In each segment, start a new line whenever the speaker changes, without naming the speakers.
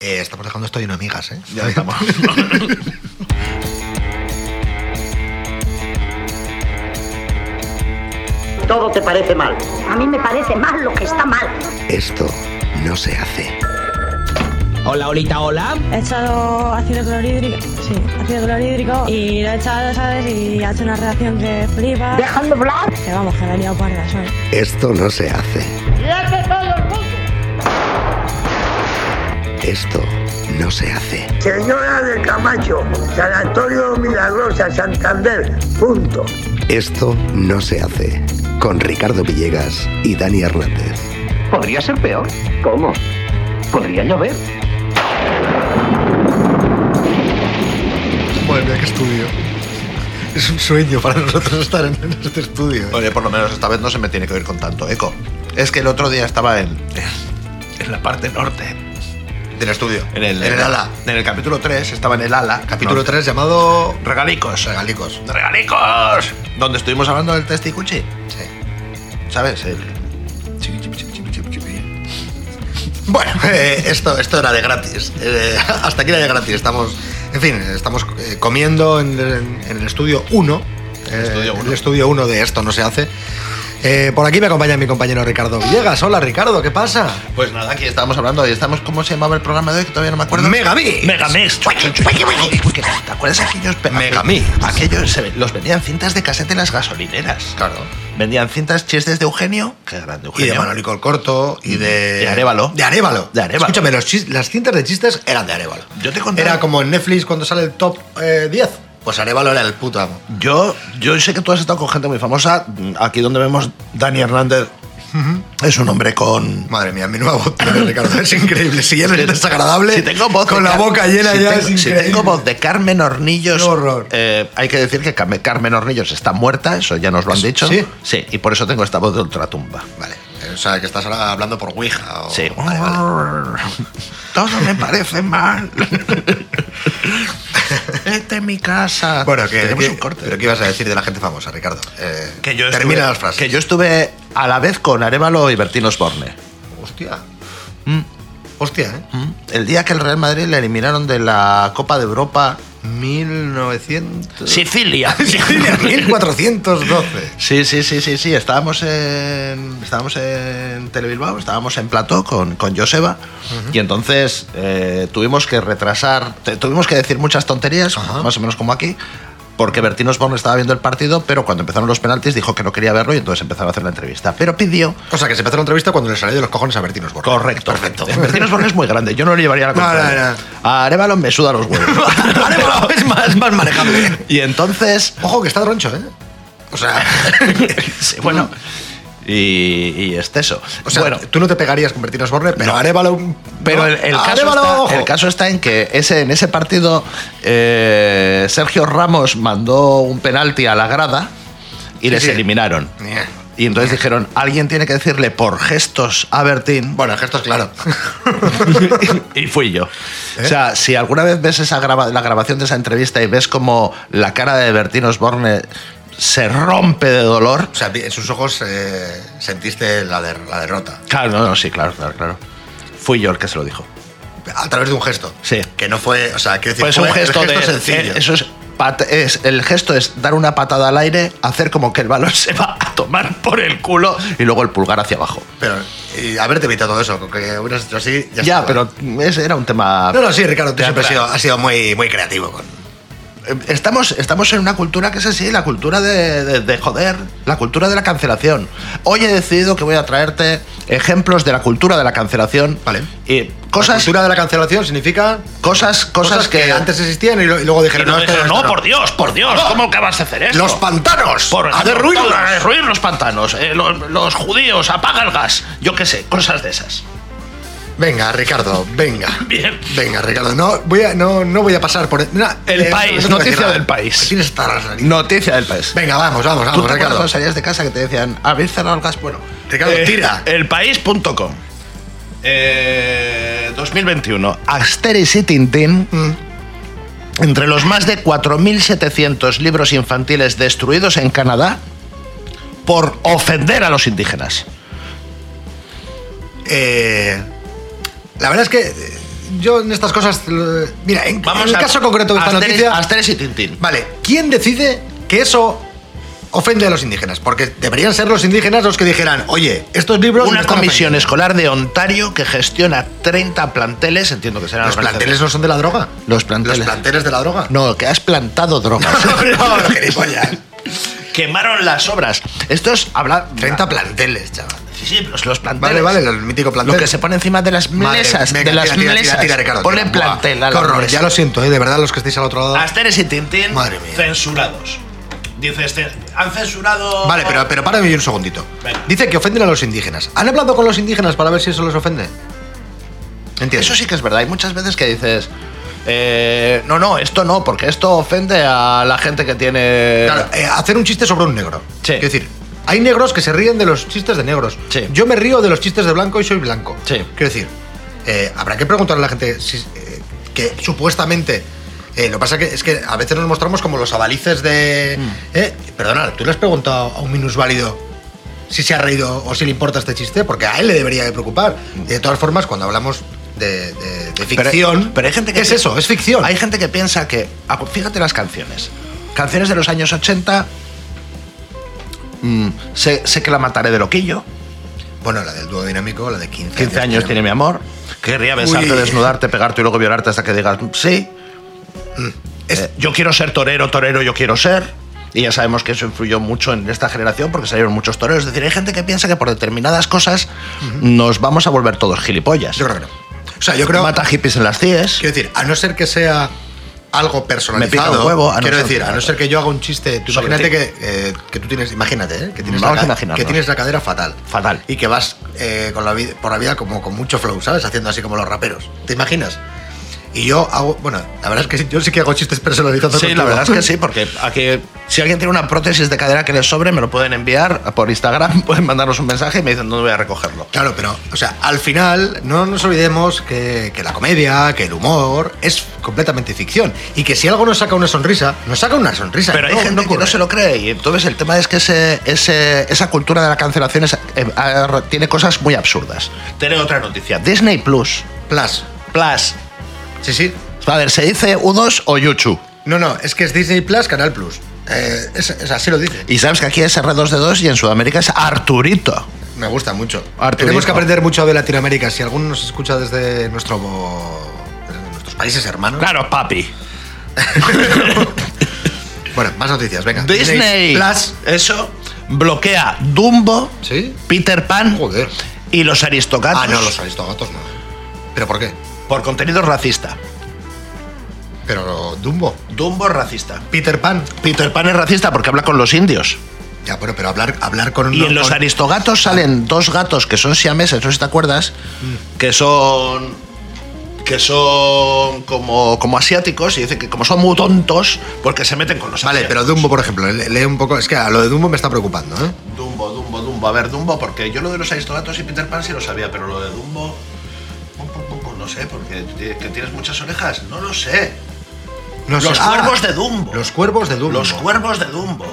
Eh, estamos dejando esto lleno de migas, ¿eh?
Ya estamos.
Todo te parece mal.
A mí me parece mal lo que está mal.
Esto no se hace.
Hola, Olita, hola.
He echado ácido clorhídrico, sí, ácido clorhídrico y lo he echado, ¿sabes? Y ha hecho una reacción que flipa.
Dejando hablar.
Que vamos, que la he liado parda, ¿sabes?
Esto no se hace. Esto no se hace.
Señora de Camacho, Sanatorio Milagrosa, Santander, punto.
Esto no se hace. Con Ricardo Villegas y Dani Hernández.
Podría ser peor. ¿Cómo? Podría llover.
Madre mía, qué estudio. Es un sueño para nosotros estar en, en este estudio.
Oye, por lo menos esta vez no se me tiene que oír con tanto eco. Es que el otro día estaba en, en la parte norte del estudio.
En el-
ala. En el capítulo 3 estaba en el ala.
Capítulo
No,
3 llamado...
Regalicos.
Regalicos.
¡Regalicos! Donde estuvimos hablando del testicuchi.
Sí.
¿Sabes? El-
Bueno, eh, esto, esto era de gratis. Eh, hasta aquí era de gratis. Estamos, en fin, estamos eh, comiendo en, en- en el estudio 1.
Estudio uno.
el estudio 1 de esto no se hace. Eh, por aquí me acompaña mi compañero Ricardo Villegas. Hola Ricardo, ¿qué pasa?
Pues nada, aquí estábamos hablando y estamos, ¿cómo se llamaba el programa de hoy? Que todavía no me acuerdo.
Megamix.
Megamix. ¿Te acuerdas aquellos pe-
Megamix.
Aquellos se ve- los vendían cintas de casete en las gasolineras.
Claro.
Vendían cintas chistes de Eugenio. Qué grande
Y
Eugenio.
de Manolico el Corto y de...
De Arévalo.
De Arevalo.
De Arévalo.
Escúchame, los chis- las cintas de chistes eran de Arevalo.
Yo te conté-
Era como en Netflix cuando sale el top eh, 10. Pues Arevalo era el puto amo.
Yo, yo sé que tú has estado con gente muy famosa. Aquí donde vemos Dani Hernández es un hombre con.
Madre mía, mi nueva voz, Ricardo, es increíble. Si ya no es desagradable,
Si tengo voz de
con la
Car-
boca llena
si
ya
tengo-
es
si
increíble.
tengo voz de Carmen Hornillos.
Qué horror.
eh, hay que decir que Carme- Carmen Hornillos está muerta, eso ya nos lo han
Eso-
dicho.
¿sí?
Sí, y por eso tengo esta voz de ultratumba.
Vale, o sea, que estás ahora hablando por Ouija. O...
Sí. Ah.
Vale, vale.
Todo me parece mal. Esta es mi casa.
Bueno, que,
tenemos
que-
un corte.
¿Pero qué ibas a decir de la gente famosa, Ricardo? Eh,
Que yo estuve-
termina las frases.
Que yo estuve a la vez con Arevalo y Bertín Osborne.
Hostia.
Mm.
Hostia, ¿eh?
El día que el Real Madrid le eliminaron de la Copa de Europa.
1900...
Sicilia.
1412.
Sí, sí, sí, sí, sí. Estábamos en. Estábamos en Telebilbao, estábamos en plató con, con Joseba. Y entonces eh, tuvimos que retrasar. te- tuvimos que decir muchas tonterías,
Ajá.
más o menos como aquí. Porque Bertín Osborne estaba viendo el partido, pero cuando empezaron los penaltis dijo que no quería verlo y entonces empezaron a hacer la entrevista. Pero pidió.
O sea, que se empezó la entrevista cuando le salió de los cojones a Bertín Osborne.
Correcto.
Perfecto.
Bertín Osborne es muy grande, yo no le llevaría la
No,
contraria.
no,
A Arevalo me suda los huevos.
Arévalo es más, es más manejable.
Y entonces
Ojo, que está troncho, ¿eh? O sea,
Sí, bueno. Y, y exceso.
o sea,
bueno,
tú no te pegarías con Bertín Osborne, pero Arevalo...
pero el, el caso está, el caso está en que ese, en ese partido eh, Sergio Ramos mandó un penalti a la grada y les
sí.
eliminaron. Y entonces dijeron, alguien tiene que decirle por gestos a Bertín.
Bueno, el gesto es claro.
y fui yo.
¿Eh?
O sea, si alguna vez ves esa grava- la grabación de esa entrevista y ves como la cara de Bertín Osborne se rompe de dolor.
O sea, en sus ojos eh, sentiste la, der- la derrota.
Claro, no, no, sí, claro, claro, claro. Fui yo el que se lo dijo.
A través de un gesto.
Sí.
Que no fue, o sea, quiero decir,
Pues
fue
un gesto,
el gesto
de-
sencillo.
eh, Eso es, pat- es- el gesto es dar una patada al aire, hacer como que el balón se va a tomar por el culo y luego el pulgar hacia abajo.
Pero y haberte evitado todo eso, con que hubieras hecho así, ya,
Ya,
estaba.
pero ese era un tema.
No, no, sí, Ricardo, tú
Ya,
siempre has
pero-
sido, has sido muy, muy creativo con...
Eh, Estamos, estamos en una cultura que es así, la cultura de, de- de joder, la cultura de la cancelación. Hoy he decidido que voy a traerte ejemplos de la cultura de la cancelación.
Vale.
Y
La
cosas,
cultura de la cancelación significa
cosas, cosas,
cosas que, antes existían y, lo- y luego
Y
dijeron...
no,
esto-
dijeron,
esto
no, por Dios, por Dios,
Ah.
¿cómo que vas a hacer esto?
¡Los pantanos!
Por-
¡A derruirlos!
a derruir los pantanos, eh, los, los judíos, apaga el gas, yo qué sé, cosas de esas.
Venga, Ricardo, venga.
Bien.
Venga, Ricardo, no voy a, no, no voy a pasar por... no,
El país,
no tengo que
noticia
decir nada.
del país.
Tienes todas las narices.
Noticia del país.
Venga, vamos, vamos,
¿Tú
vamos,
te acuerdas
Ricardo.
cuando salías de casa que te decían, habéis cerrado el gas? Bueno, eh,
Ricardo, tira.
Elpaís.com. Eh, 2021. Asterix y Tintín.
Mm.
Entre los más de 4.700 libros infantiles destruidos en Canadá por ofender a los indígenas.
Eh, la verdad es que eh, yo en estas cosas. eh, Mira, en, en el caso concreto de esta
Asteres-
noticia.
Asteres y Tintín.
Vale, ¿quién decide que eso ofende a los indígenas? Porque deberían ser los indígenas los que dijeran, oye, estos libros. me
Una
están
comisión
ofendiendo".
escolar de Ontario que gestiona 30 planteles, entiendo que serán
Los planteles no son de la droga.
Los planteles.
Los planteles de la droga.
No, que has plantado drogas.
no, no, gilipollas.
Quemaron las obras. Esto es hablar
30 planteles, chaval.
Sí, sí, los, los
Vale,
planteles.
vale, el mítico plantel.
Lo que se pone encima de las
Madre,
mesas,
venga,
de las
tira, tira, tira,
mesas.
tira, Ricardo,
Ponle
tira.
plantel
Buah,
a
qué
las
horror,
mesas.
ya lo siento, eh, de verdad, los que estáis al otro lado.
Asteres y Tintín
Madre mía.
censurados. Dice este, han censurado.
Vale, pero, pero párame ahí un segundito.
Venga.
Dice que ofenden a los indígenas. ¿Han hablado con los indígenas para ver si eso les ofende? Entiendo.
Eso sí que es verdad. Hay muchas veces que dices. eh, no, no, esto no, porque esto ofende a la gente que tiene.
Claro, eh, hacer un chiste sobre un negro.
Sí.
Quiero decir, hay negros que se ríen de los chistes de negros.
Sí.
Yo me río de los chistes de blanco y soy blanco.
Sí.
Quiero decir, eh, habrá que preguntarle a la gente si, eh, que supuestamente. eh, lo que pasa que es que a veces nos mostramos como los avalices de.
Mm.
eh, perdona, tú le has preguntado a un minusválido si se ha reído o si le importa este chiste, porque a él le debería de preocupar.
Mm.
Y de todas formas, cuando hablamos de, de- de ficción.
pero hay gente que
Es
pi-
eso, es ficción.
Hay gente que piensa que. ah, Fíjate las canciones. Canciones de los años 80. mm, sé, sé que la mataré de loquillo.
Bueno, la del dúo dinámico, la de 15
15 años tiene mi amor. Querría besarte,
Uy.
desnudarte, pegarte y luego violarte hasta que digas sí. Eh, yo quiero ser torero, torero, yo quiero ser. Y ya sabemos que eso influyó mucho en esta generación porque salieron muchos toreros. Es decir, hay gente que piensa que por determinadas cosas nos vamos a volver todos gilipollas.
Yo creo que no. O sea, yo creo.
Mata hippies en las CIES.
Quiero decir, a no ser que sea algo personalizado,
Me pica un huevo, a no
quiero
ser-
decir, a no ser que yo haga un chiste, tú
Sobre
imagínate
ti.
que, eh, que tú tienes, imagínate, ¿eh? que, tienes
Vamos a
la, ca-
imaginarnos.
que tienes la cadera fatal.
Fatal.
Y que vas eh, con la vid- por la vida como con mucho flow, ¿sabes? Haciendo así como los raperos. ¿Te imaginas? Y yo hago, bueno, la verdad es que yo sí que hago chistes personalizados.
Sí, la
contigo.
verdad es que sí, porque aquí, si alguien tiene una prótesis de cadera que les sobre, me lo pueden enviar por Instagram, pueden mandarnos un mensaje y me dicen dónde voy a recogerlo.
Claro, pero, o sea, al final no nos olvidemos que, que la comedia, que el humor, es completamente ficción. Y que si algo nos saca una sonrisa, nos saca una sonrisa.
Pero hay
no-
gente
no
que no
ocurre.
se lo cree. Y entonces el tema es que ese, ese- esa cultura de la cancelación es- eh, ha- tiene cosas muy absurdas. Tiene otra noticia. Disney Plus.
Plus.
Plus.
Sí, sí.
A ver, ¿se dice U2 o Yuchu?
No, no, es que es Disney Plus, Canal Plus. Eh, es, es así lo dice.
Y sabes que aquí es R2D2 y en Sudamérica es Arturito.
Me gusta mucho.
Arturito.
Tenemos que aprender mucho de Latinoamérica. Si alguno nos escucha desde nuestro desde nuestros países hermanos.
Claro, papi.
Bueno, más noticias, venga.
Disney
Plus.
Eso. Bloquea Dumbo,
Sí.
Peter Pan
Joder.
y los aristogatos
Ah, no, los aristogatos no. ¿Pero por qué?
por contenido racista.
Pero Dumbo.
Dumbo es racista.
Peter Pan.
Peter Pan es racista porque habla con los indios.
Ya, bueno, pero hablar, hablar con
Y en los
con-
aristogatos salen dos gatos que son siameses, no sé si te acuerdas,
Mm.
que son que son como, como asiáticos y dicen que como son muy tontos porque se meten con los
Vale, pero
asiáticos.
Dumbo, por ejemplo, le- lee un poco. Es que a lo de Dumbo me está preocupando, ¿eh?
Dumbo, Dumbo, Dumbo, a ver, Dumbo, porque yo lo de los aristogatos y Peter Pan sí lo sabía, pero lo de Dumbo pum, pum, pum, pum, no sé, porque ti- que tienes muchas orejas, no lo sé.
No sé.
los
Ah,
cuervos de Dumbo.
Los cuervos de Dumbo.
Los cuervos de Dumbo.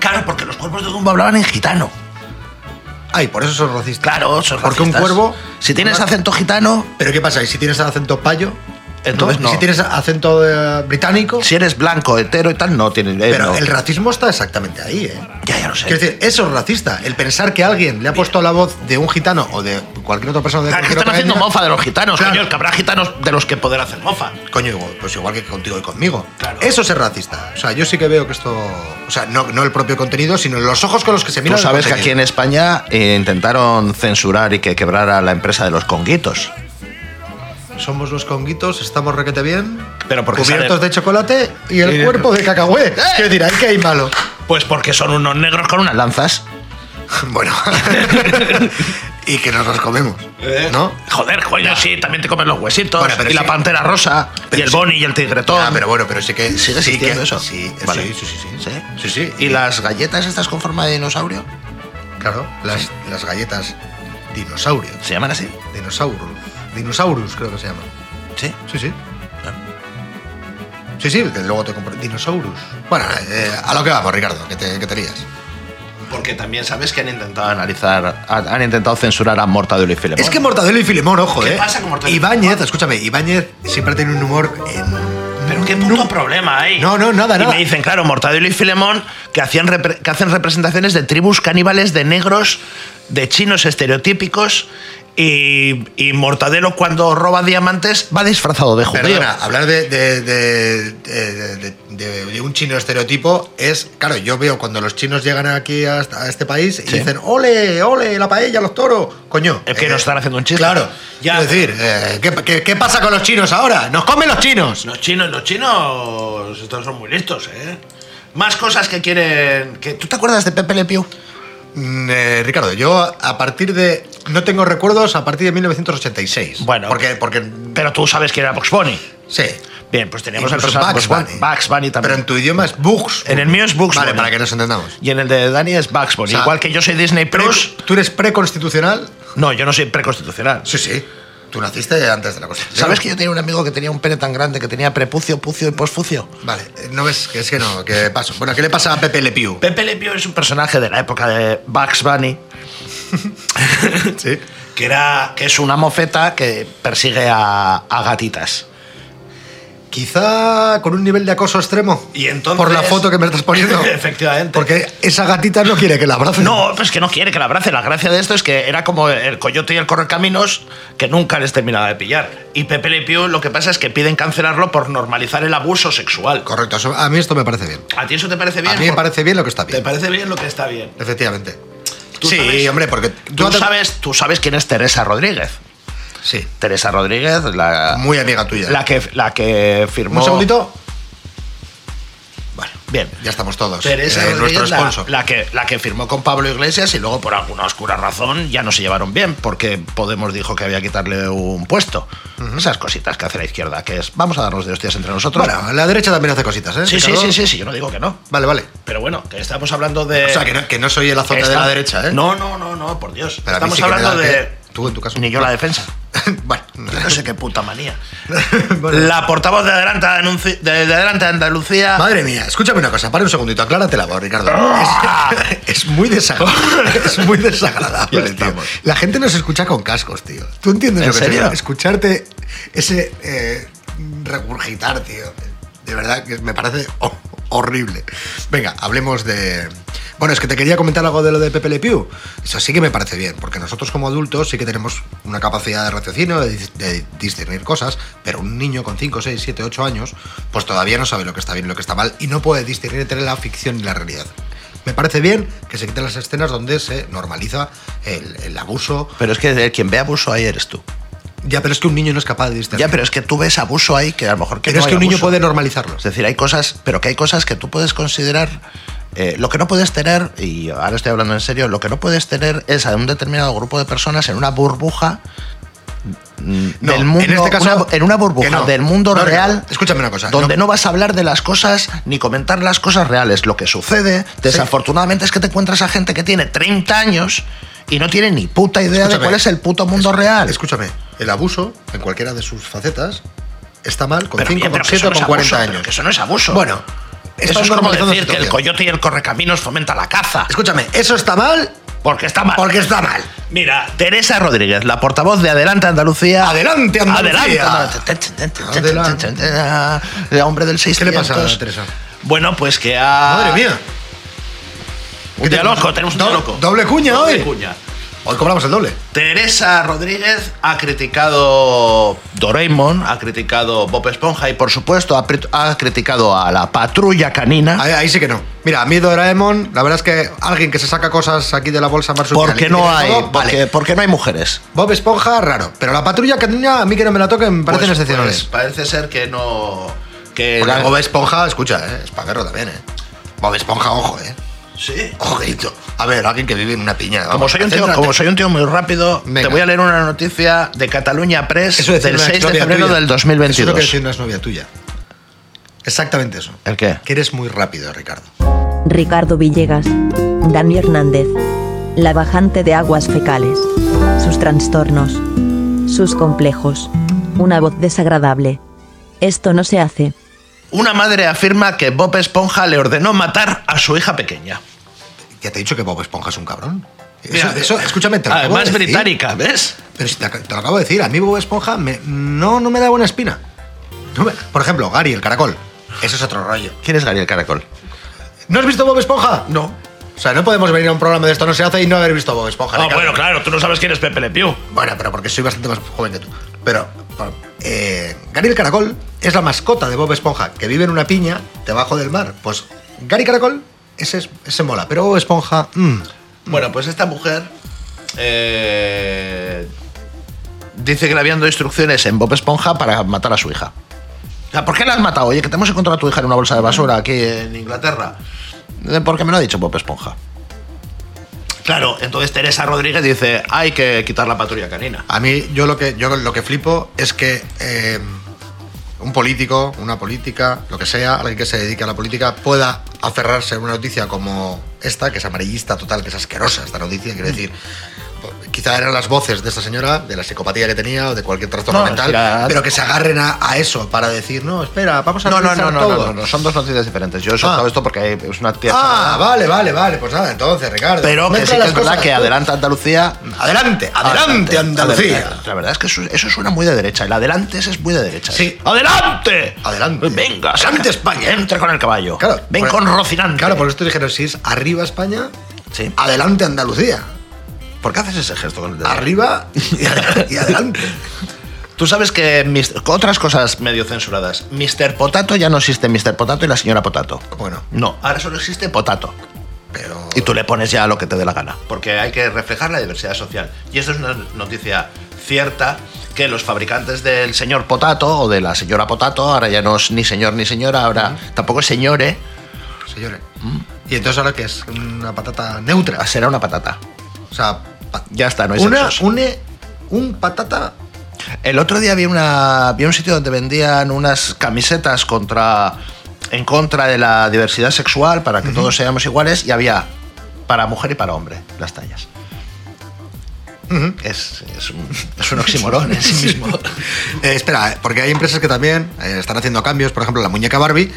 Claro, porque los cuervos de Dumbo hablaban en gitano.
Ay, por eso son racistas.
Claro, son
Porque un
racistas.
cuervo.
Si tienes
acento
acento gitano,
Pero ¿qué pasa? ¿Y si tienes acento payo?
Entonces no.
¿Y si tienes acento eh, británico?
Si eres blanco, hetero y tal, no tienes. eh,
Pero
no.
el racismo está exactamente ahí, ¿eh?
Ya, ya lo sé.
Quiero decir, eso es racista. El pensar que alguien le ha puesto la voz de un gitano o de cualquier otra persona de cualquier
Claro, que están
otra
haciendo
etnia-
mofa de los gitanos,
Claro.
coño, que habrá gitanos de los que poder hacer mofa.
Coño, igual- pues igual que contigo y conmigo.
Claro.
Eso es ser racista. O sea, yo sí que veo que esto. O sea, no, no el propio contenido, sino los ojos con los que se mira.
Tú
el
sabes que aquí
contenido.
en España eh, intentaron censurar y que quebrara la empresa de los conguitos.
Somos los conguitos, estamos requete bien.
Pero porque
Cubiertos
sale-
de chocolate y el
Sí,
cuerpo de cacahué. Quiero decir, ahí que hay malo.
Pues porque son unos negros con unas lanzas.
Bueno. y que nos los comemos. ¿No?
Joder, coño, sí, también te comen los huesitos.
Bueno, pero
y
sí.
la pantera rosa,
Pero
y el
sí.
boni y el tigretón.
Ah, pero bueno, pero sí que.
¿Sigue
sí
existiendo
que-
eso?
Sí, eh,
Vale.
sí, sí, sí, sí.
¿Sí?
Sí, sí.
¿Y las galletas estas con forma de dinosaurio?
Claro, las, las galletas dinosaurio.
¿Se llaman así?
Dinosaurus. Dinosaurus, creo que se llama.
Sí. Ah.
Sí, sí. Sí, sí, que luego te compro. Dinosaurus. Bueno, eh, a lo que vamos, Ricardo, que te, que te lías.
Porque también sabes que han intentado analizar, han han intentado censurar a Mortadelo y Filemón.
Es que Mortadelo y Filemón, ojo,
¿Qué
¿eh?
pasa con Mortadelo y
Ibáñez,
Filemón?
escúchame, Ibáñez siempre tiene un humor. eh,
Pero qué puto problema hay.
No, no, nada, nada.
Y me dicen, claro, Mortadelo y Filemón que, hacían repre- que hacen representaciones de tribus caníbales, de negros, de chinos estereotípicos. Y, y Mortadelo, cuando roba diamantes, va disfrazado de judío.
Perdona, hablar de, de- de- de- de- de- de un chino estereotipo es. Claro, yo veo cuando los chinos llegan aquí a, a este país y
Sí.
dicen: ¡Ole, ole, la paella, los toros! Coño. eh,
Es que nos están haciendo un chiste.
Claro.
Ya.
Es decir, eh, ¿qué, qué, qué pasa con los chinos ahora? ¡Nos comen los chinos!
Los chinos, los chinos, estos son muy listos, ¿eh? Más cosas que quieren. Que, ¿Tú te acuerdas de Pepe Le Pew?
Mm, eh, Ricardo, yo a partir de. No tengo recuerdos a partir de 1986.
Bueno.
Porque. porque
Pero tú sabes que era Box Bunny.
sí.
Bien, pues teníamos el
Incluso
personaje
Bugs
Bugs
Bunny.
Bugs Bunny también.
Pero en tu idioma es Bugs.
En el mío es Bugs
Vale,
Bunny.
para que nos entendamos.
Y en el de Dani es Bugs Bunny.
O sea,
Igual que yo soy Disney Plus.
Pre- ¿Tú eres preconstitucional?
No, yo no soy preconstitucional.
Sí, sí. Tú naciste antes de la Constitución.
¿Sabes que yo tenía un amigo que tenía un pene tan grande que tenía prepucio, pucio y posfucio?
Vale, eh, no ves que es que no, que paso. Bueno, ¿qué le pasa a Pepe Le Pew?
Pepe Le Pew es un personaje de la época de Bugs Bunny,
Sí.
que, era, que es una mofeta que persigue a, a gatitas.
Quizá con un nivel de acoso extremo.
Y entonces-
Por la foto que me estás poniendo.
Efectivamente.
Porque esa gatita no quiere que la abracen.
No, pues que no quiere que la abrace. La gracia de esto es que era como el coyote y el correcaminos que nunca les terminaba de pillar. Y Pepe Le Pew lo que pasa es que piden cancelarlo por normalizar el abuso sexual.
Correcto, eso- a mí esto me parece bien.
¿A ti eso te parece bien?
A mí me
Por-
parece bien lo que está
¿Te
bien.
parece bien lo que está bien?
Efectivamente.
Tú
Sí,
sabes-
hombre, porque
Tú
haces-
sabes, tú sabes quién es Teresa Rodríguez.
Sí,
Teresa Rodríguez, la,
muy amiga tuya.
la, que, la que firmó.
Un segundito. Vale,
Bien.
ya estamos todos.
Teresa
Eh,
Rodríguez,
nuestro
la-
sponsor.
La, que, la que firmó con Pablo Iglesias y luego por alguna oscura razón ya no se llevaron bien porque Podemos dijo que había que quitarle un puesto. Esas cositas que hace la izquierda, que es vamos a darnos de hostias entre nosotros.
Bueno, la derecha también hace cositas, ¿eh?
sí, sí,
Ricardo?
sí, sí, sí, yo no digo que no.
Vale, vale.
Pero bueno, que estamos hablando de...
O sea, que no, que no soy el azote de
Esta-
la derecha, ¿eh?
No, no, no, no, por Dios.
Pero a mí
estamos
sí que me
hablando
da-
de...
que- Tú en tu caso.
Ni yo la defensa.
bueno,
No sé qué puta manía. La portavoz de Adelante, Anunci- de, de Adelante Andalucía.
Madre mía, escúchame una cosa, para un segundito, aclárate la voz, Ricardo. Es, es muy desagradable. Es muy
Ya
desagradable, tío.
estamos.
La gente nos escucha con cascos, tío. ¿Tú entiendes
¿En
lo que te
serio?
digo? Escucharte ese eh, regurgitar, tío. De verdad que me parece ho- horrible. Venga, hablemos de. Bueno, es que te quería comentar algo de lo de Pepe Le Pew. Eso sí que me parece bien, porque nosotros como adultos sí que tenemos una capacidad de raciocinio, de, dis- de discernir cosas, pero un niño con 5, 6, 7, 8 años, pues todavía no sabe lo que está bien y lo que está mal y no puede discernir entre la ficción y la realidad. Me parece bien que se quiten las escenas donde se normaliza el, el abuso.
Pero es que de quien ve abuso ahí eres tú.
Ya, pero es que un niño no es capaz de discernir.
Ya, pero es que tú ves abuso ahí que a lo mejor que
Pero
no
es
hay
que un niño
abuso.
puede normalizarlo.
Es decir, hay cosas, pero que hay cosas que tú puedes considerar. eh, lo que no puedes tener, y ahora estoy hablando en serio, lo que no puedes tener es a un determinado grupo de personas en una burbuja mm,
No,
del mundo,
en este caso-
una bu- en una burbuja
que no.
del mundo
No, no, no.
real.
Escúchame una cosa,
Donde
no.
no. vas a hablar de las cosas ni comentar las cosas reales. Lo que sucede, desafortunadamente, es que te encuentras a gente que tiene 30 años y no tiene ni puta idea de
Escúchame.
cuál es el puto mundo
Escu-
real.
Escúchame, el abuso, en cualquiera de sus facetas, está mal con
Pero
5,
bien,
con
pero que
7
eso
o
no es
con 40
abuso, pero
años.
que eso no es abuso.
Bueno,
Eso
están
es como
normalizando
decir que el
situación.
coyote y el correcaminos fomenta la caza.
Escúchame, eso está mal
Porque está mal.
porque está mal.
Mira, Teresa Rodríguez, la portavoz de Adelante Andalucía.
Adelante, Andalucía.
Adelante. Andalucía. El eh, hombre del 600.
¿Qué le pasa a Teresa?
Bueno, pues que ha.
Madre mía.
Un día loco, tenemos un día
Do-
loco.
doble cuña hoy.
cuña.
Hoy cobramos el doble.
Teresa Rodríguez ha criticado Doraemon, ha criticado Bob Esponja y, por supuesto, ha, pri- ha criticado a la patrulla canina.
Ahí, ahí sí que no. Mira, a mí Doraemon, la verdad es que alguien que se saca cosas aquí de la bolsa marsupial.
Porque
y
no
critica
hay,
todo, vale.
porque, porque no hay mujeres.
Bob Esponja, raro. Pero la patrulla canina, a mí que no me la toquen, ¿eh? me parecen
Pues-
excepcionales.
pues parece ser que no. Que
Porque
la-
Bob Esponja, escucha, ¿eh? es paguerro también, ¿eh? Bob Esponja, ojo, ¿eh?
Sí.
Ojito. A ver, alguien que vive en una piña.
Como
vamos,
soy, un tío,
céntrate.
como soy un tío muy rápido,
Venga.
te voy a leer una noticia de Cataluña Press
Eso decir
del
una
6 de
exnovia
febrero
tuya.
del
Eso es lo que
2022.
decía una exnovia tuya. Exactamente eso.
¿El qué?
Que eres muy rápido, Ricardo.
Ricardo Villegas. Dani Hernández. La bajante de aguas fecales. Sus trastornos. Sus complejos. Una voz desagradable. Esto no se hace.
Una madre afirma que Bob Esponja le ordenó matar a su hija pequeña.
¿Qué- Ya te he dicho que Bob Esponja es un cabrón. Eso,
Mira, eh,
eso, escúchame,
ah,
te lo acabo
Además,
de decir.
británica, ¿ves?
Pero si te, ac- te lo acabo de decir, a mí Bob Esponja me- no, no me da buena espina. No me- por ejemplo, Gary, el caracol. Eso es otro rollo.
¿Quién es Gabriel Caracol?
¿No has visto Bob Esponja? No. O sea, no podemos venir a un programa de esto no se hace y no haber visto Bob Esponja.
Ah,
Ricardo.
bueno, claro, tú no sabes quién es Pepe Le Pew.
Bueno, pero porque soy bastante más joven que tú. Pero pa- eh, Gary el Caracol es la mascota de Bob Esponja, que vive en una piña debajo del mar. Pues Gary Caracol, ese, es- ese mola, pero Bob Esponja... mm.
Bueno, pues esta mujer eh, dice que le habían dado instrucciones en Bob Esponja para matar a su hija. O sea, ¿por qué la has matado? Oye, que te hemos encontrado a tu hija en una bolsa de basura aquí en Inglaterra. Eh, Porque me lo ha dicho Bob Esponja. Claro, entonces Teresa Rodríguez dice, hay que quitar la patrulla canina.
A mí, yo lo que, yo lo que flipo es que eh, un político, una política, lo que sea, alguien que se dedique a la política, pueda aferrarse a una noticia como esta, que es amarillista total, que es asquerosa esta noticia,
Mm.
quiero decir. po- Quizá eran las voces de esta señora, de la psicopatía que tenía o de cualquier trastorno
No,
mental,
era-
pero que se agarren a, a eso para decir, no, espera, vamos a
No, no, no,
analizar
no,
todo".
no, no, son dos noticias diferentes. Yo he soltado esto porque es una tía...
Ah, vale, vale, vale, pues nada, entonces, Ricardo.
Pero que sí
mezcla
que
las
es verdad
cosas,
que
tú.
adelanta Andalucía
Adelante, adelante, Andalucía.
La verdad es que eso, eso suena muy de derecha. El adelante ese es muy de derecha.
Sí.
¡Adelante!
Adelante.
Venga,
Adelante, España.
Entra con el caballo.
Claro,
Ven
por-
con Rocinante.
Claro, por esto dijeron, si es arriba España,
Sí.
adelante Andalucía.
¿Por qué haces ese gesto con
Ah.
el dedo?
Arriba y, ad- y adelante.
Tú sabes que mis- otras cosas medio censuradas. Mr. Potato ya no existe Mr. Potato y la señora Potato.
Bueno,
No, ahora solo existe Potato.
pero...
Y tú le pones ya lo que te dé la gana. Porque hay que reflejar la diversidad social. Y esto es una noticia cierta que los fabricantes del señor Potato o de la señora Potato, ahora ya no es ni señor ni señora, ahora tampoco es señore,
Señores. Y entonces ahora que es una patata neutra.
Ah, será una patata.
O sea, pa-
Ya está, no hay
una
sexos.
une un patata...
El otro día vi, una, vi un sitio donde vendían unas camisetas contra, en contra de la diversidad sexual para que todos seamos iguales y había para mujer y para hombre las tallas. es, es un, es un oxímoron en sí mismo.
Eh, espera, eh, porque hay empresas que también eh, están haciendo cambios. Por ejemplo, la muñeca Barbie,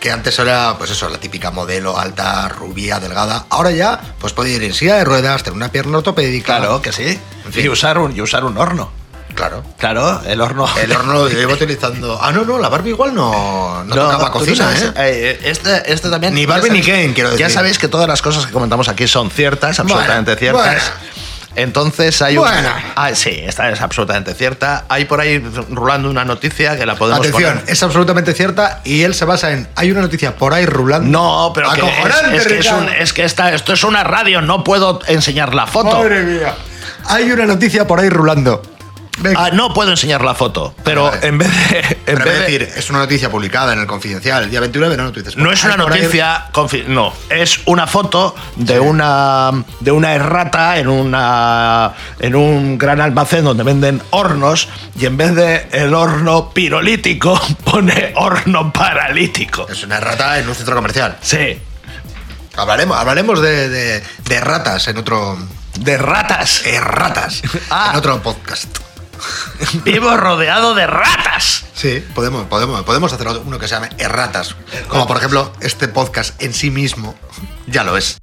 que antes era, pues eso, la típica modelo alta, rubia, delgada. Ahora ya, pues puede ir en silla de ruedas, tener una pierna ortopédica.
Claro que sí.
En fin.
Y, usar un, y usar un horno.
Claro.
Claro, el horno.
El horno lo llevo utilizando. Ah, no, no, la Barbie igual no, no, tocaba
tú no
cocina,
sabes,
¿eh?
eh, este, este también.
Ni
ya
Barbie
sabes-
ni Ken, quiero
Ya
decir.
sabéis que todas las cosas que comentamos aquí son ciertas,
Bueno,
absolutamente ciertas. Entonces hay una-
Bueno.
Ah, sí, esta es absolutamente cierta. Hay por ahí rulando una noticia que la podemos
Atención,
poner.
es absolutamente cierta y él se basa en. Hay una noticia por ahí rulando.
No, pero que
Acojonante,
es, es que, es,
Ricardo.
un- es que esta, esto es una radio, no puedo enseñar la foto.
Madre mía. Hay una noticia por ahí rulando. Venga.
Ah, no puedo enseñar la foto, pero
Vale.
en vez de, en
Pero
vez
es
de-
decir, es una noticia publicada en el Confidencial el día 29, no, no tú dices, "Pues
No es
hay
una
por ahí-
noticia, confi- no, es una foto de una de una errata en una en un gran almacén donde venden hornos y en vez de el horno pirolítico pone horno paralítico.
Es una rata en un centro comercial.
Sí,
Hablaremos, hablaremos de, de- de ratas en otro.
de ratas.
eh, ratas.
Ah.
En otro podcast.
Vivo rodeado de ratas.
Sí, podemos, podemos, podemos hacer otro- uno que se llame Erratas. Como por ejemplo, este podcast en sí mismo ya lo es.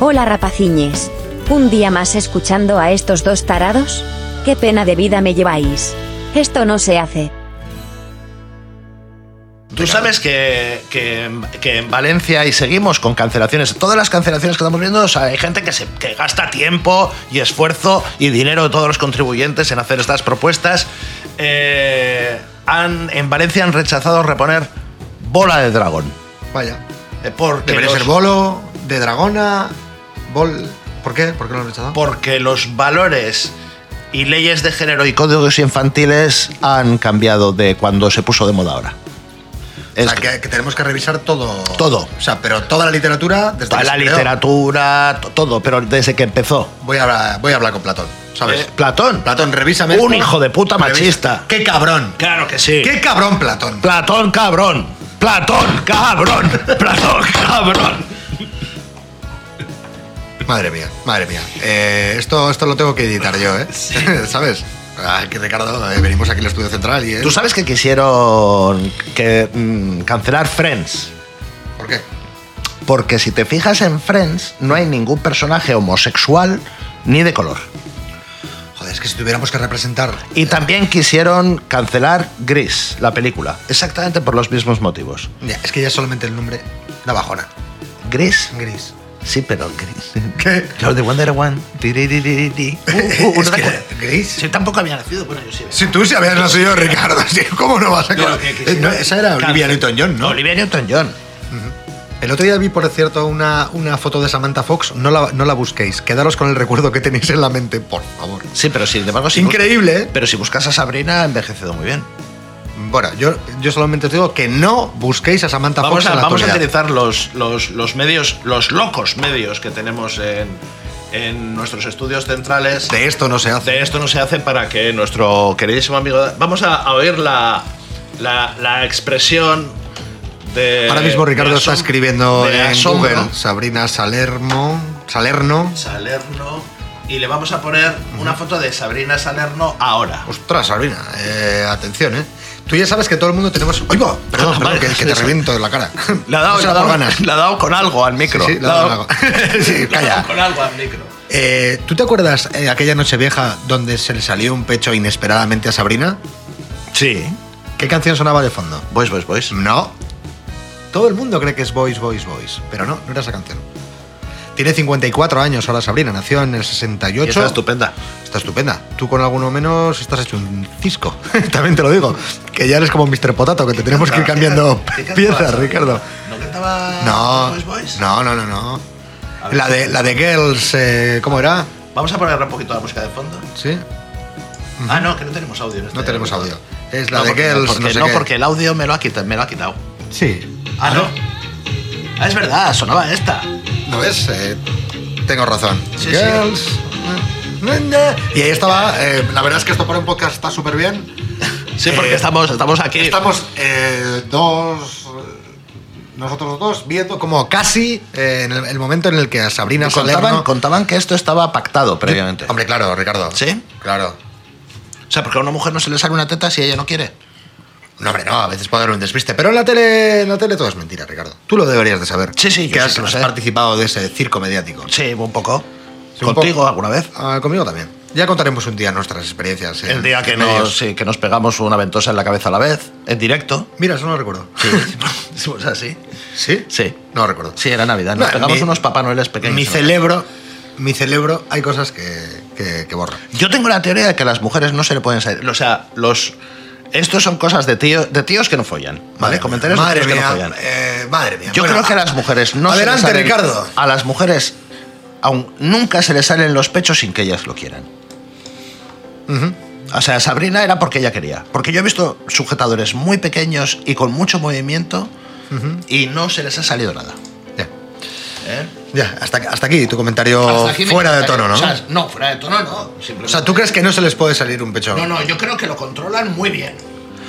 Hola rapaciñes. Un día más escuchando a estos dos tarados. Qué pena de vida me lleváis. Esto no se hace.
Tú sabes que, que- que en Valencia, y seguimos con cancelaciones, todas las cancelaciones que estamos viendo, o sea, hay gente que, se, que gasta tiempo y esfuerzo y dinero de todos los contribuyentes en hacer estas propuestas. Eh, han, en Valencia han rechazado reponer bola de dragón.
Vaya.
Eh, porque
Debería
los-
ser bolo, de dragona, bol. ¿Por qué? ¿Por qué lo han rechazado?
porque los valores y leyes de género y códigos infantiles han cambiado de cuando se puso de moda ahora.
o sea,
Es-
que, que tenemos que revisar todo.
Todo.
O sea, pero toda la literatura desde
Toda
que
la
se creó.
literatura, to- todo, pero desde que empezó.
Voy a, hablar, voy a hablar con Platón, ¿sabes?
Eh, Platón.
Platón, revísame.
Un
esto.
hijo de puta
Revisa-
machista.
¡Qué cabrón!
Claro que sí.
¡Qué cabrón, Platón!
Platón, cabrón. Platón, cabrón. Platón, cabrón.
Madre mía, madre mía. Eh, esto, esto lo tengo que editar yo, ¿eh? ¿Sabes? Ah, que Ricardo, eh, venimos aquí al estudio central y... eh,
Tú sabes que quisieron que, mm, cancelar Friends.
¿Por qué?
Porque si te fijas en Friends, no hay ningún personaje homosexual ni de color.
Joder, es que si tuviéramos que representar...
Y también quisieron cancelar Gris, la película, exactamente por los mismos motivos.
Ya, es que ya solamente el nombre da bajona.
Gris,
Gris.
sí, pero Gris.
¿Qué?
Los de Wonder One. Tiriririri. Uh, uh,
Es
¿no te
que-
acuerdas?
¿Gris?
Sí, tampoco había nacido, bueno, yo sí.
Si tú se habías nacido, Ricardo, sí, ¿cómo no vas a...
Yo lo que
Eh,
quisiera-
no, esa era Olivia Newton-John, ¿no?
Olivia Newton-John.
El otro día vi, por cierto, una, una foto de Samantha Fox. No la, no la busquéis. Quedaros con el recuerdo que tenéis en la mente, por favor.
Sí, pero sin embargo, si bus-
Increíble, ¿eh?
Pero si buscas a Sabrina, ha envejecido muy bien.
Bueno, yo, yo solamente os digo que no busquéis a Samantha
Vamos
Fox
a,
en la
vamos a
actualidad.
utilizar los, los, los medios, los locos medios que tenemos en, en nuestros estudios centrales.
De esto no se hace.
De esto no se hace para que nuestro queridísimo amigo. Vamos a, a oír la, la, la expresión de.
Ahora mismo Ricardo
eh, de
está
asom-
escribiendo
de
en
asombro.
Google Sabrina Salermo, Salerno.
Salerno. Y le vamos a poner una foto de Sabrina Salerno ahora.
Ostras, Sabrina, eh, atención, ¿eh? Tú ya sabes que todo el mundo tenemos... ¡Ay, va! Perdón,
Ah,
perdón,
vale.
que, que te reviento en la cara.
Le ha dado,
No se
le ha
da por
dado-
ganas.
le ha dado con algo al
Sí,
micro.
sí, le ha dado algo. Sí,
le ha
calla.
dado con algo al micro.
Eh, ¿Tú te acuerdas eh, aquella noche vieja donde se le salió un pecho inesperadamente a Sabrina?
Sí.
¿Qué canción sonaba de fondo?
Pues, pues, pues.
No. Todo el mundo cree que es Boys, Boys, Boys, pero no, no era esa canción. Tiene 54 años ahora Sabrina, nació en el 68.
Y está estupenda.
Está estupenda. Tú con alguno menos estás hecho un cisco. También te lo digo. Que ya eres como Mr. Potato, que te tenemos que ir cambiando
¿Qué cantaba
piezas,
Sabrina?
Ricardo.
¿No cantaba
No,
Boys Boys?
no, no, no, no.
A ver.
La de, la de Girls, eh, ¿cómo era?
Vamos a poner un poquito la música de fondo.
¿Sí?
Ah, no, que no tenemos audio. en este
No tenemos
momento.
audio. Es la
No,
de
porque-
Girls,
Porque,
no sé
no,
qué.
porque el audio me lo, ha quitado, me lo ha quitado.
Sí.
Ah, no. Ah, es verdad, sonaba esta.
¿No ves? Eh, tengo razón.
Sí, sí.
Girls. Y ahí estaba. eh, la verdad es que esto para un podcast está súper bien.
Sí, porque
Eh,
estamos, estamos aquí.
Estamos eh, dos. eh, Nosotros dos viendo como casi eh, en el, el momento en el que a Sabrina
Contaban,
Salerno...
contaban que esto estaba pactado previamente.
Hombre, claro, Ricardo.
¿Sí?
Claro.
O sea, porque a una mujer no se le sale una teta si ella no quiere.
No, hombre, no, a veces puede haber un despiste. Pero en la tele, en la tele todo es mentira, Ricardo. Tú lo deberías de saber.
Sí, sí, yo
que
sí
has,
que lo
has
sé.
participado de ese circo mediático.
Sí, un poco.
Sí, un
¿Contigo
poco.
alguna vez?
Ah, conmigo también. Ya contaremos un día nuestras experiencias. en-
El día que
en
nos,
medios.
sí, que nos pegamos una ventosa en la cabeza a la vez, en directo.
Mira, eso no lo recuerdo.
Sí, o sea, sí.
¿Sí?
Sí.
No lo recuerdo.
Sí, era Navidad. Nos
No,
pegamos
mi-
unos Papá Noeles pequeños.
Mi
en la cabeza.
cerebro, mi cerebro, hay cosas que, que, que borra.
Yo tengo la teoría de que a las mujeres no se le pueden salir. O sea, los. Estos son cosas de, tío, de tíos que no follan. ¿Vale?
Madre-
Comentarios
madre
de tíos que no
mía,
follan.
eh, madre mía.
Yo
Bueno,
creo que a las mujeres no
adelante,
se les salen-
Ricardo.
A las mujeres aún nunca se les salen los pechos sin que ellas lo quieran. O sea, Sabrina era porque ella quería. Porque yo he visto sujetadores muy pequeños y con mucho movimiento y no se les ha salido nada.
Ya,
¿eh?
ya, hasta, hasta aquí tu comentario
Hasta aquí mi
fuera de
comentario.
tono, ¿no?
O sea, no, fuera de tono no. Simplemente-
O sea, ¿tú crees que no se les puede salir un pecho?
No, no, yo creo que lo controlan muy bien.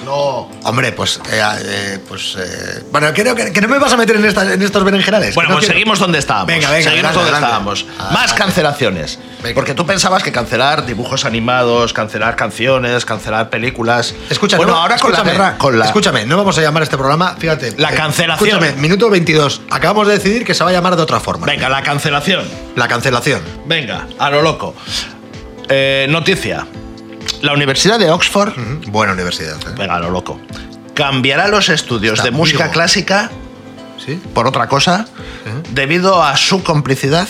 No.
Hombre, pues, eh, eh, pues, eh, bueno, creo que, que no me vas a meter en, estas- en estos berenjenales.
Bueno,
No
pues
quiero-
seguimos donde estábamos.
Venga, venga,
Seguimos
adelante,
donde
adelante.
estábamos.
Adelante.
Más cancelaciones.
Venga.
Porque tú pensabas que cancelar dibujos animados, cancelar canciones, cancelar películas.
Escucha,
bueno,
no,
ahora con la
escúchame,
guerra, con la.
Escúchame, no vamos a llamar a este programa, fíjate.
La
eh,
cancelación.
Escúchame, minuto 22. Acabamos de decidir que se va a llamar de otra forma.
Venga, la cancelación.
La cancelación.
Venga, a lo loco. Eh, noticia. La Universidad de Oxford.
Buena universidad, ¿eh?
Venga, a lo loco. Cambiará los estudios
Está
de música
vivo.
clásica
¿Sí?
por otra cosa,
Ujú.
debido a su complicidad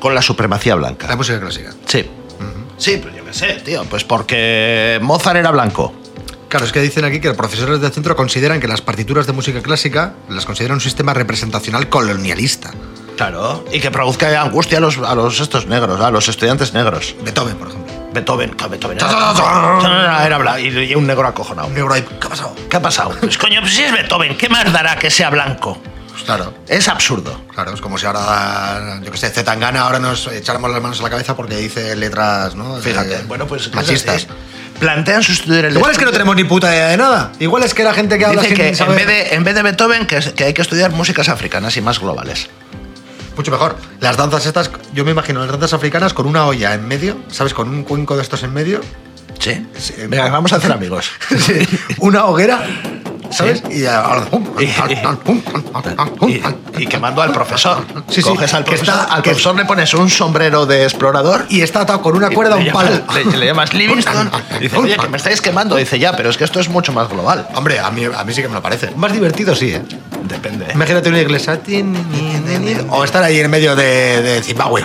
con la supremacía
La
blanca.
música clásica.
Sí. Sí, pues yo qué sé, tío. Pues porque Mozart era blanco.
Claro, es que dicen aquí que los profesores del centro consideran que las partituras de música clásica las consideran un sistema representacional colonialista.
Claro. Y que produzca angustia a los, a los estos negros, a los estudiantes negros.
Beethoven, por ejemplo.
Beethoven, que Beethoven era, blanco. era blanco y, y un negro acojonado.
Un negro ahí, ¿qué ha pasado?
¿Qué ha pasado? Pues coño, pues si es Beethoven, ¿qué más dará que sea blanco?
Pues claro,
Es absurdo.
claro, es como si ahora, yo que sé, Zetangana ahora nos echáramos las manos a la cabeza porque dice letras, ¿no? De-
Fíjate. Bueno, pues cosas
machistas.
así. Plantean sustituir el
Igual es que no tenemos ni puta idea de nada. Igual es que la gente que habla
Dice
sin
que en
saber-
vez, de, en vez de Beethoven, que, es- que hay que estudiar músicas africanas y más globales.
Mucho mejor. Las danzas estas, yo me imagino las danzas africanas con una olla en medio, ¿sabes? Con un cuenco de estos en medio
Sí. Venga, vamos a hacer amigos.
Sí, Una hoguera, ¿sabes? Y, a-
Y, y quemando al profesor.
Sí, sí,
Coges al
que
profesor,
está-
al
que-
profesor le pones un sombrero de explorador
y está atado con una cuerda a
le
un
llamas-
palo.
Le, le llamas Livingston. Dice, oye, que me estáis quemando. Dice, ya, pero es que esto es mucho más global.
Hombre, a mí, a mí sí que me lo parece. Más divertido, sí, ¿eh?
Depende.
Imagínate una iglesia. O estar ahí en medio de, de Zimbabue.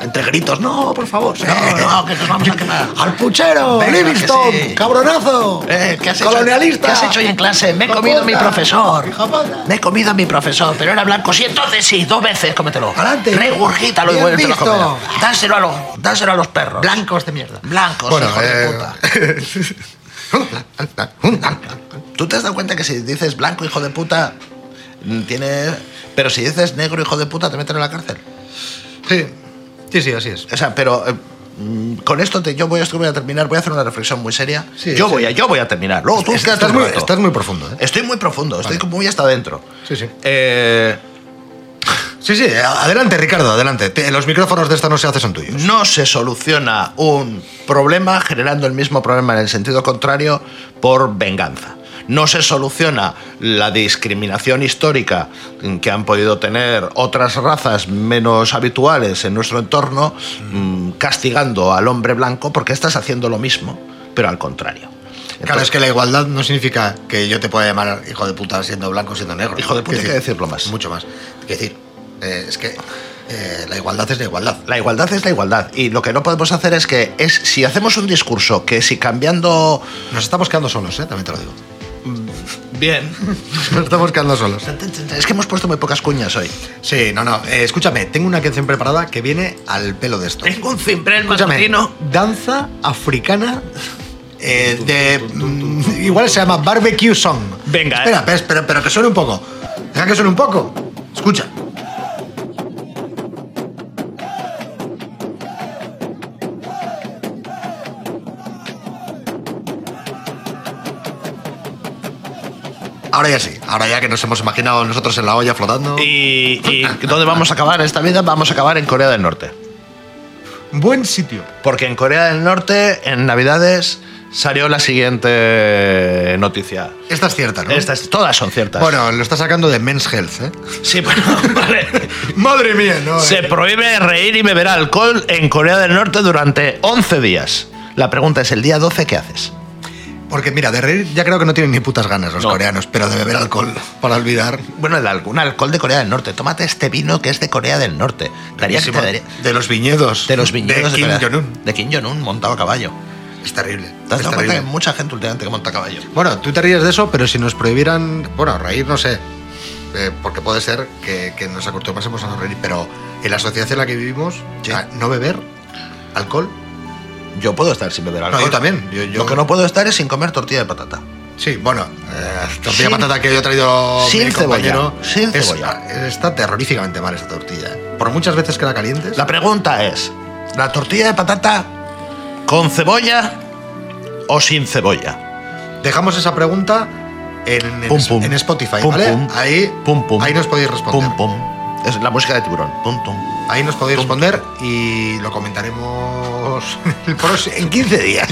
Entre gritos. No, por favor.
No, no, que nos vamos a quemar.
¡Al puchero!
Venga,
¡Livingston!
que sí.
¡Cabronazo!
Eh, ¿qué has hecho?
¡Colonialista!
¿Qué has hecho hoy en clase? Me he
Hijo
comido a
puta.
mi profesor.
Hijo puta.
Me he comido a mi profesor, pero era blanco. Sí, entonces sí, dos veces, cómetelo.
Adelante.
Regurgítalo y
Bien
vuélvetelo a
visto.
comer. Dáselo a, los, dáselo a los perros.
Blancos de mierda.
Blancos,
Bueno,
hijo de
eh,
puta. ¿Tú te has dado cuenta que si dices blanco, hijo de puta, mm, tiene... Pero si dices negro, hijo de puta, te meten en la cárcel?
Sí. Sí, sí, así es.
O sea, pero eh, mm, con esto te- yo voy, esto voy a terminar, voy a hacer una reflexión muy seria.
Sí,
yo,
sí.
Voy a, yo voy a terminar. Luego tú
Estás
quédate un
muy-
rato.
estás muy profundo, ¿eh?
Estoy muy profundo, estoy como muy hasta adentro.
Sí, sí.
Eh,
Sí, sí. Adelante, Ricardo, adelante. Te- los micrófonos de esta no se hace son tuyos.
no se soluciona un problema generando el mismo problema en el sentido contrario por venganza. No se soluciona la discriminación histórica que han podido tener otras razas menos habituales en nuestro entorno mm, castigando al hombre blanco porque estás haciendo lo mismo, pero al contrario.
Claro, es que la igualdad no significa que yo te pueda llamar hijo de puta siendo blanco o siendo negro.
Hijo de puta,
Quiero
hay que decirlo más.
Mucho más. Es decir, eh, es que eh, la igualdad es la igualdad.
La igualdad es la igualdad y lo que no podemos hacer es que es si hacemos un discurso que si cambiando
Nos estamos quedando solos, ¿eh? también te lo digo.
Bien.
Nos estamos quedando solos.
es que hemos puesto muy pocas cuñas hoy.
Sí, no, no. eh, escúchame, tengo una canción preparada que viene al pelo de esto.
Tengo un cimbrel
Escúchame,
masculino.
danza africana eh, de... mm, Igual se llama Barbecue Song.
Venga,
eh.
Espera, espera, espera, pero que suene un poco. Deja que suene un poco. Escucha. Ahora ya sí, ahora ya que nos hemos imaginado nosotros en la olla flotando.
¿Y, y dónde vamos a acabar esta vida? Vamos a acabar en Corea del Norte.
Buen sitio.
Porque en Corea del Norte, en Navidades, salió la siguiente noticia.
Esta es cierta, ¿no?
Estas, todas son ciertas.
Bueno, lo está sacando de Men's Health, ¿eh?
sí, bueno, vale.
Madre mía, no.
Se prohíbe reír y beber alcohol en Corea del Norte durante 11 días. La pregunta es, ¿el día 12 qué haces?
Porque mira, de reír ya creo que no tienen ni putas ganas los
No.
coreanos, pero de beber alcohol para olvidar.
Bueno, el alcohol, un alcohol de Corea del Norte. Tómate este vino que es de Corea del Norte. Daría que te daría-
De los viñedos.
De los viñedos
de Kim
Corea-
Jong-un.
De Kim Jong-un montado a caballo.
Es terrible.
¿Te has
es
dado cuenta que hay
terrible.
mucha gente últimamente que monta a caballo?
Bueno, tú te ríes de eso, pero si nos prohibieran. Bueno, reír no sé. eh, porque puede ser que, que nos acostumbrásemos a no reír, pero en la sociedad en la que vivimos, a no beber alcohol.
Yo puedo estar sin beber alcohol.
yo también. Yo- yo-
Lo que no puedo estar es sin comer tortilla de patata.
Sí, bueno, eh, tortilla
Sin-
de patata que yo he traído
sin
mi compañero.
cebolla, sin
es- ah,
cebolla.
está terroríficamente mal esta tortilla. ¿eh? Por muchas veces que la calientes.
La pregunta es, ¿la tortilla de patata con cebolla o sin cebolla?
Dejamos esa pregunta en, en-
Pum, pum.
en Spotify,
Pum,
¿vale?
pum.
ahí,
Pum, pum.
ahí nos podéis responder.
Pum, pum. Es la música de tiburón. Pum, pum.
Ahí nos podéis responder y lo comentaremos el próximo- en 15 días.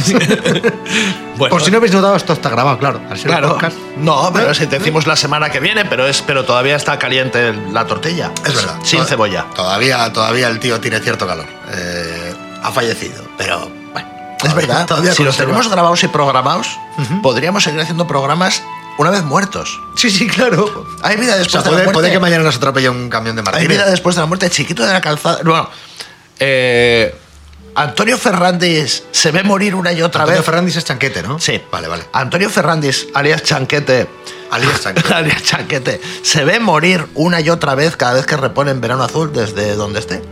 Bueno,
Por si no habéis notado, esto está grabado, claro. al ser
Claro.
podcast.
No, pero si te decimos la semana que viene, pero es, pero todavía está caliente la tortilla.
Es verdad.
Sin
Tod-
cebolla.
Todavía, todavía el tío tiene cierto calor. Eh, ha fallecido, pero bueno.
Es
todavía-
verdad.
Todavía
si los
conserva.
tenemos grabados y programados, podríamos seguir haciendo programas una vez muertos.
Sí, sí, claro.
Hay vida
O sea,
después de la
puede,
muerte.
puede que mañana nos atropelle un camión de
Hay vida
martínez.
después de la muerte, chiquito de la calzada. Bueno, eh, Antonio Fernández se ve morir una y otra
Antonio
vez.
Fernández es chanquete, ¿no?
Sí.
Vale, vale.
Antonio Fernández, alias Chanquete.
Alias Chanquete.
alias Chanquete. Se ve morir una y otra vez cada vez que reponen verano azul desde donde esté.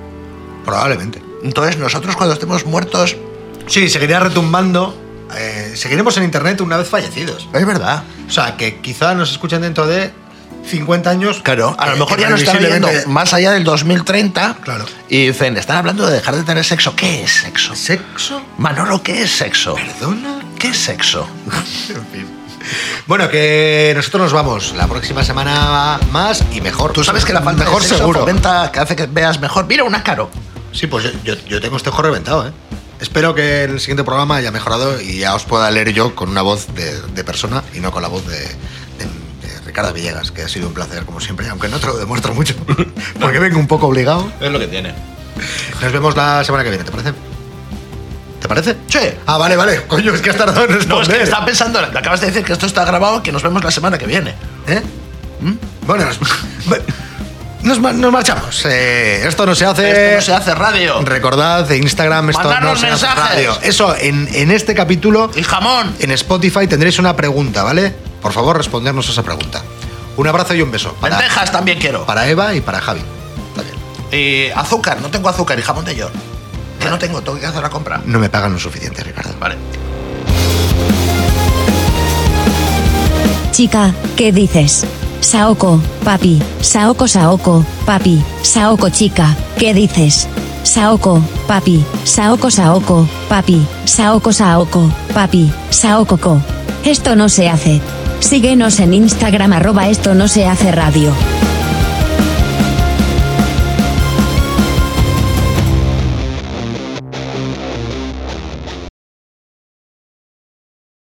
Probablemente.
Entonces, nosotros cuando estemos muertos.
Sí, seguirá retumbando. eh, seguiremos en internet una vez fallecidos.
Es verdad.
O sea, que quizá nos escuchen dentro de 50 años.
Claro, a lo
eh,
mejor
que
ya no están viendo
previsiblemente-
más allá del 2030.
Claro.
Y dicen, están hablando de dejar de tener sexo. ¿Qué es sexo?
¿Sexo?
Manolo, ¿qué es sexo?
¿Perdona?
¿Qué es sexo?
En fin. Bueno, que nosotros nos vamos la próxima semana más y mejor.
Tú sabes que la falta
mejor
de sexo
seguro.
fomenta que hace que veas mejor. Mira, una caro.
Sí, pues yo, yo- yo tengo este ojo reventado, ¿eh? Espero que el siguiente programa haya mejorado y ya os pueda leer yo con una voz de, de persona y no con la voz de, de- de Ricardo Villegas, que ha sido un placer como siempre, aunque no te lo demuestro mucho, porque vengo un poco obligado.
Es lo que tiene.
Nos vemos la semana que viene, ¿te parece? ¿Te parece? Che. Ah, vale, vale. Coño, es que has tardado en
No, es
responder.
que estaba pensando, acabas de decir que esto está grabado, que nos vemos la semana que viene.
¿Eh? Bueno, nos, nos ma- nos marchamos. Eh, esto no se hace.
Esto no se hace radio.
Recordad de Instagram, esto no
Mandarnos
se hace
mensajes.
radio. Eso, en, en este capítulo,
Y jamón.
en Spotify tendréis una pregunta, ¿vale? Por favor, respondernos esa pregunta. Un abrazo y un beso. Para,
Lentejas también quiero.
para Eva y para Javi. También.
Y azúcar, no tengo azúcar y jamón de york. Que no tengo, tengo que hacer la compra.
No me pagan lo suficiente, Ricardo.
Vale.
Chica, ¿qué dices? Saoko, papi, Saoko, Saoko, papi, Saoko, chica, ¿qué dices? Saoko, papi, Saoko, Saoko, papi, Saoko, Saoko, papi, Saoko, co. Esto no se hace. Síguenos en Instagram arroba esto no se hace radio.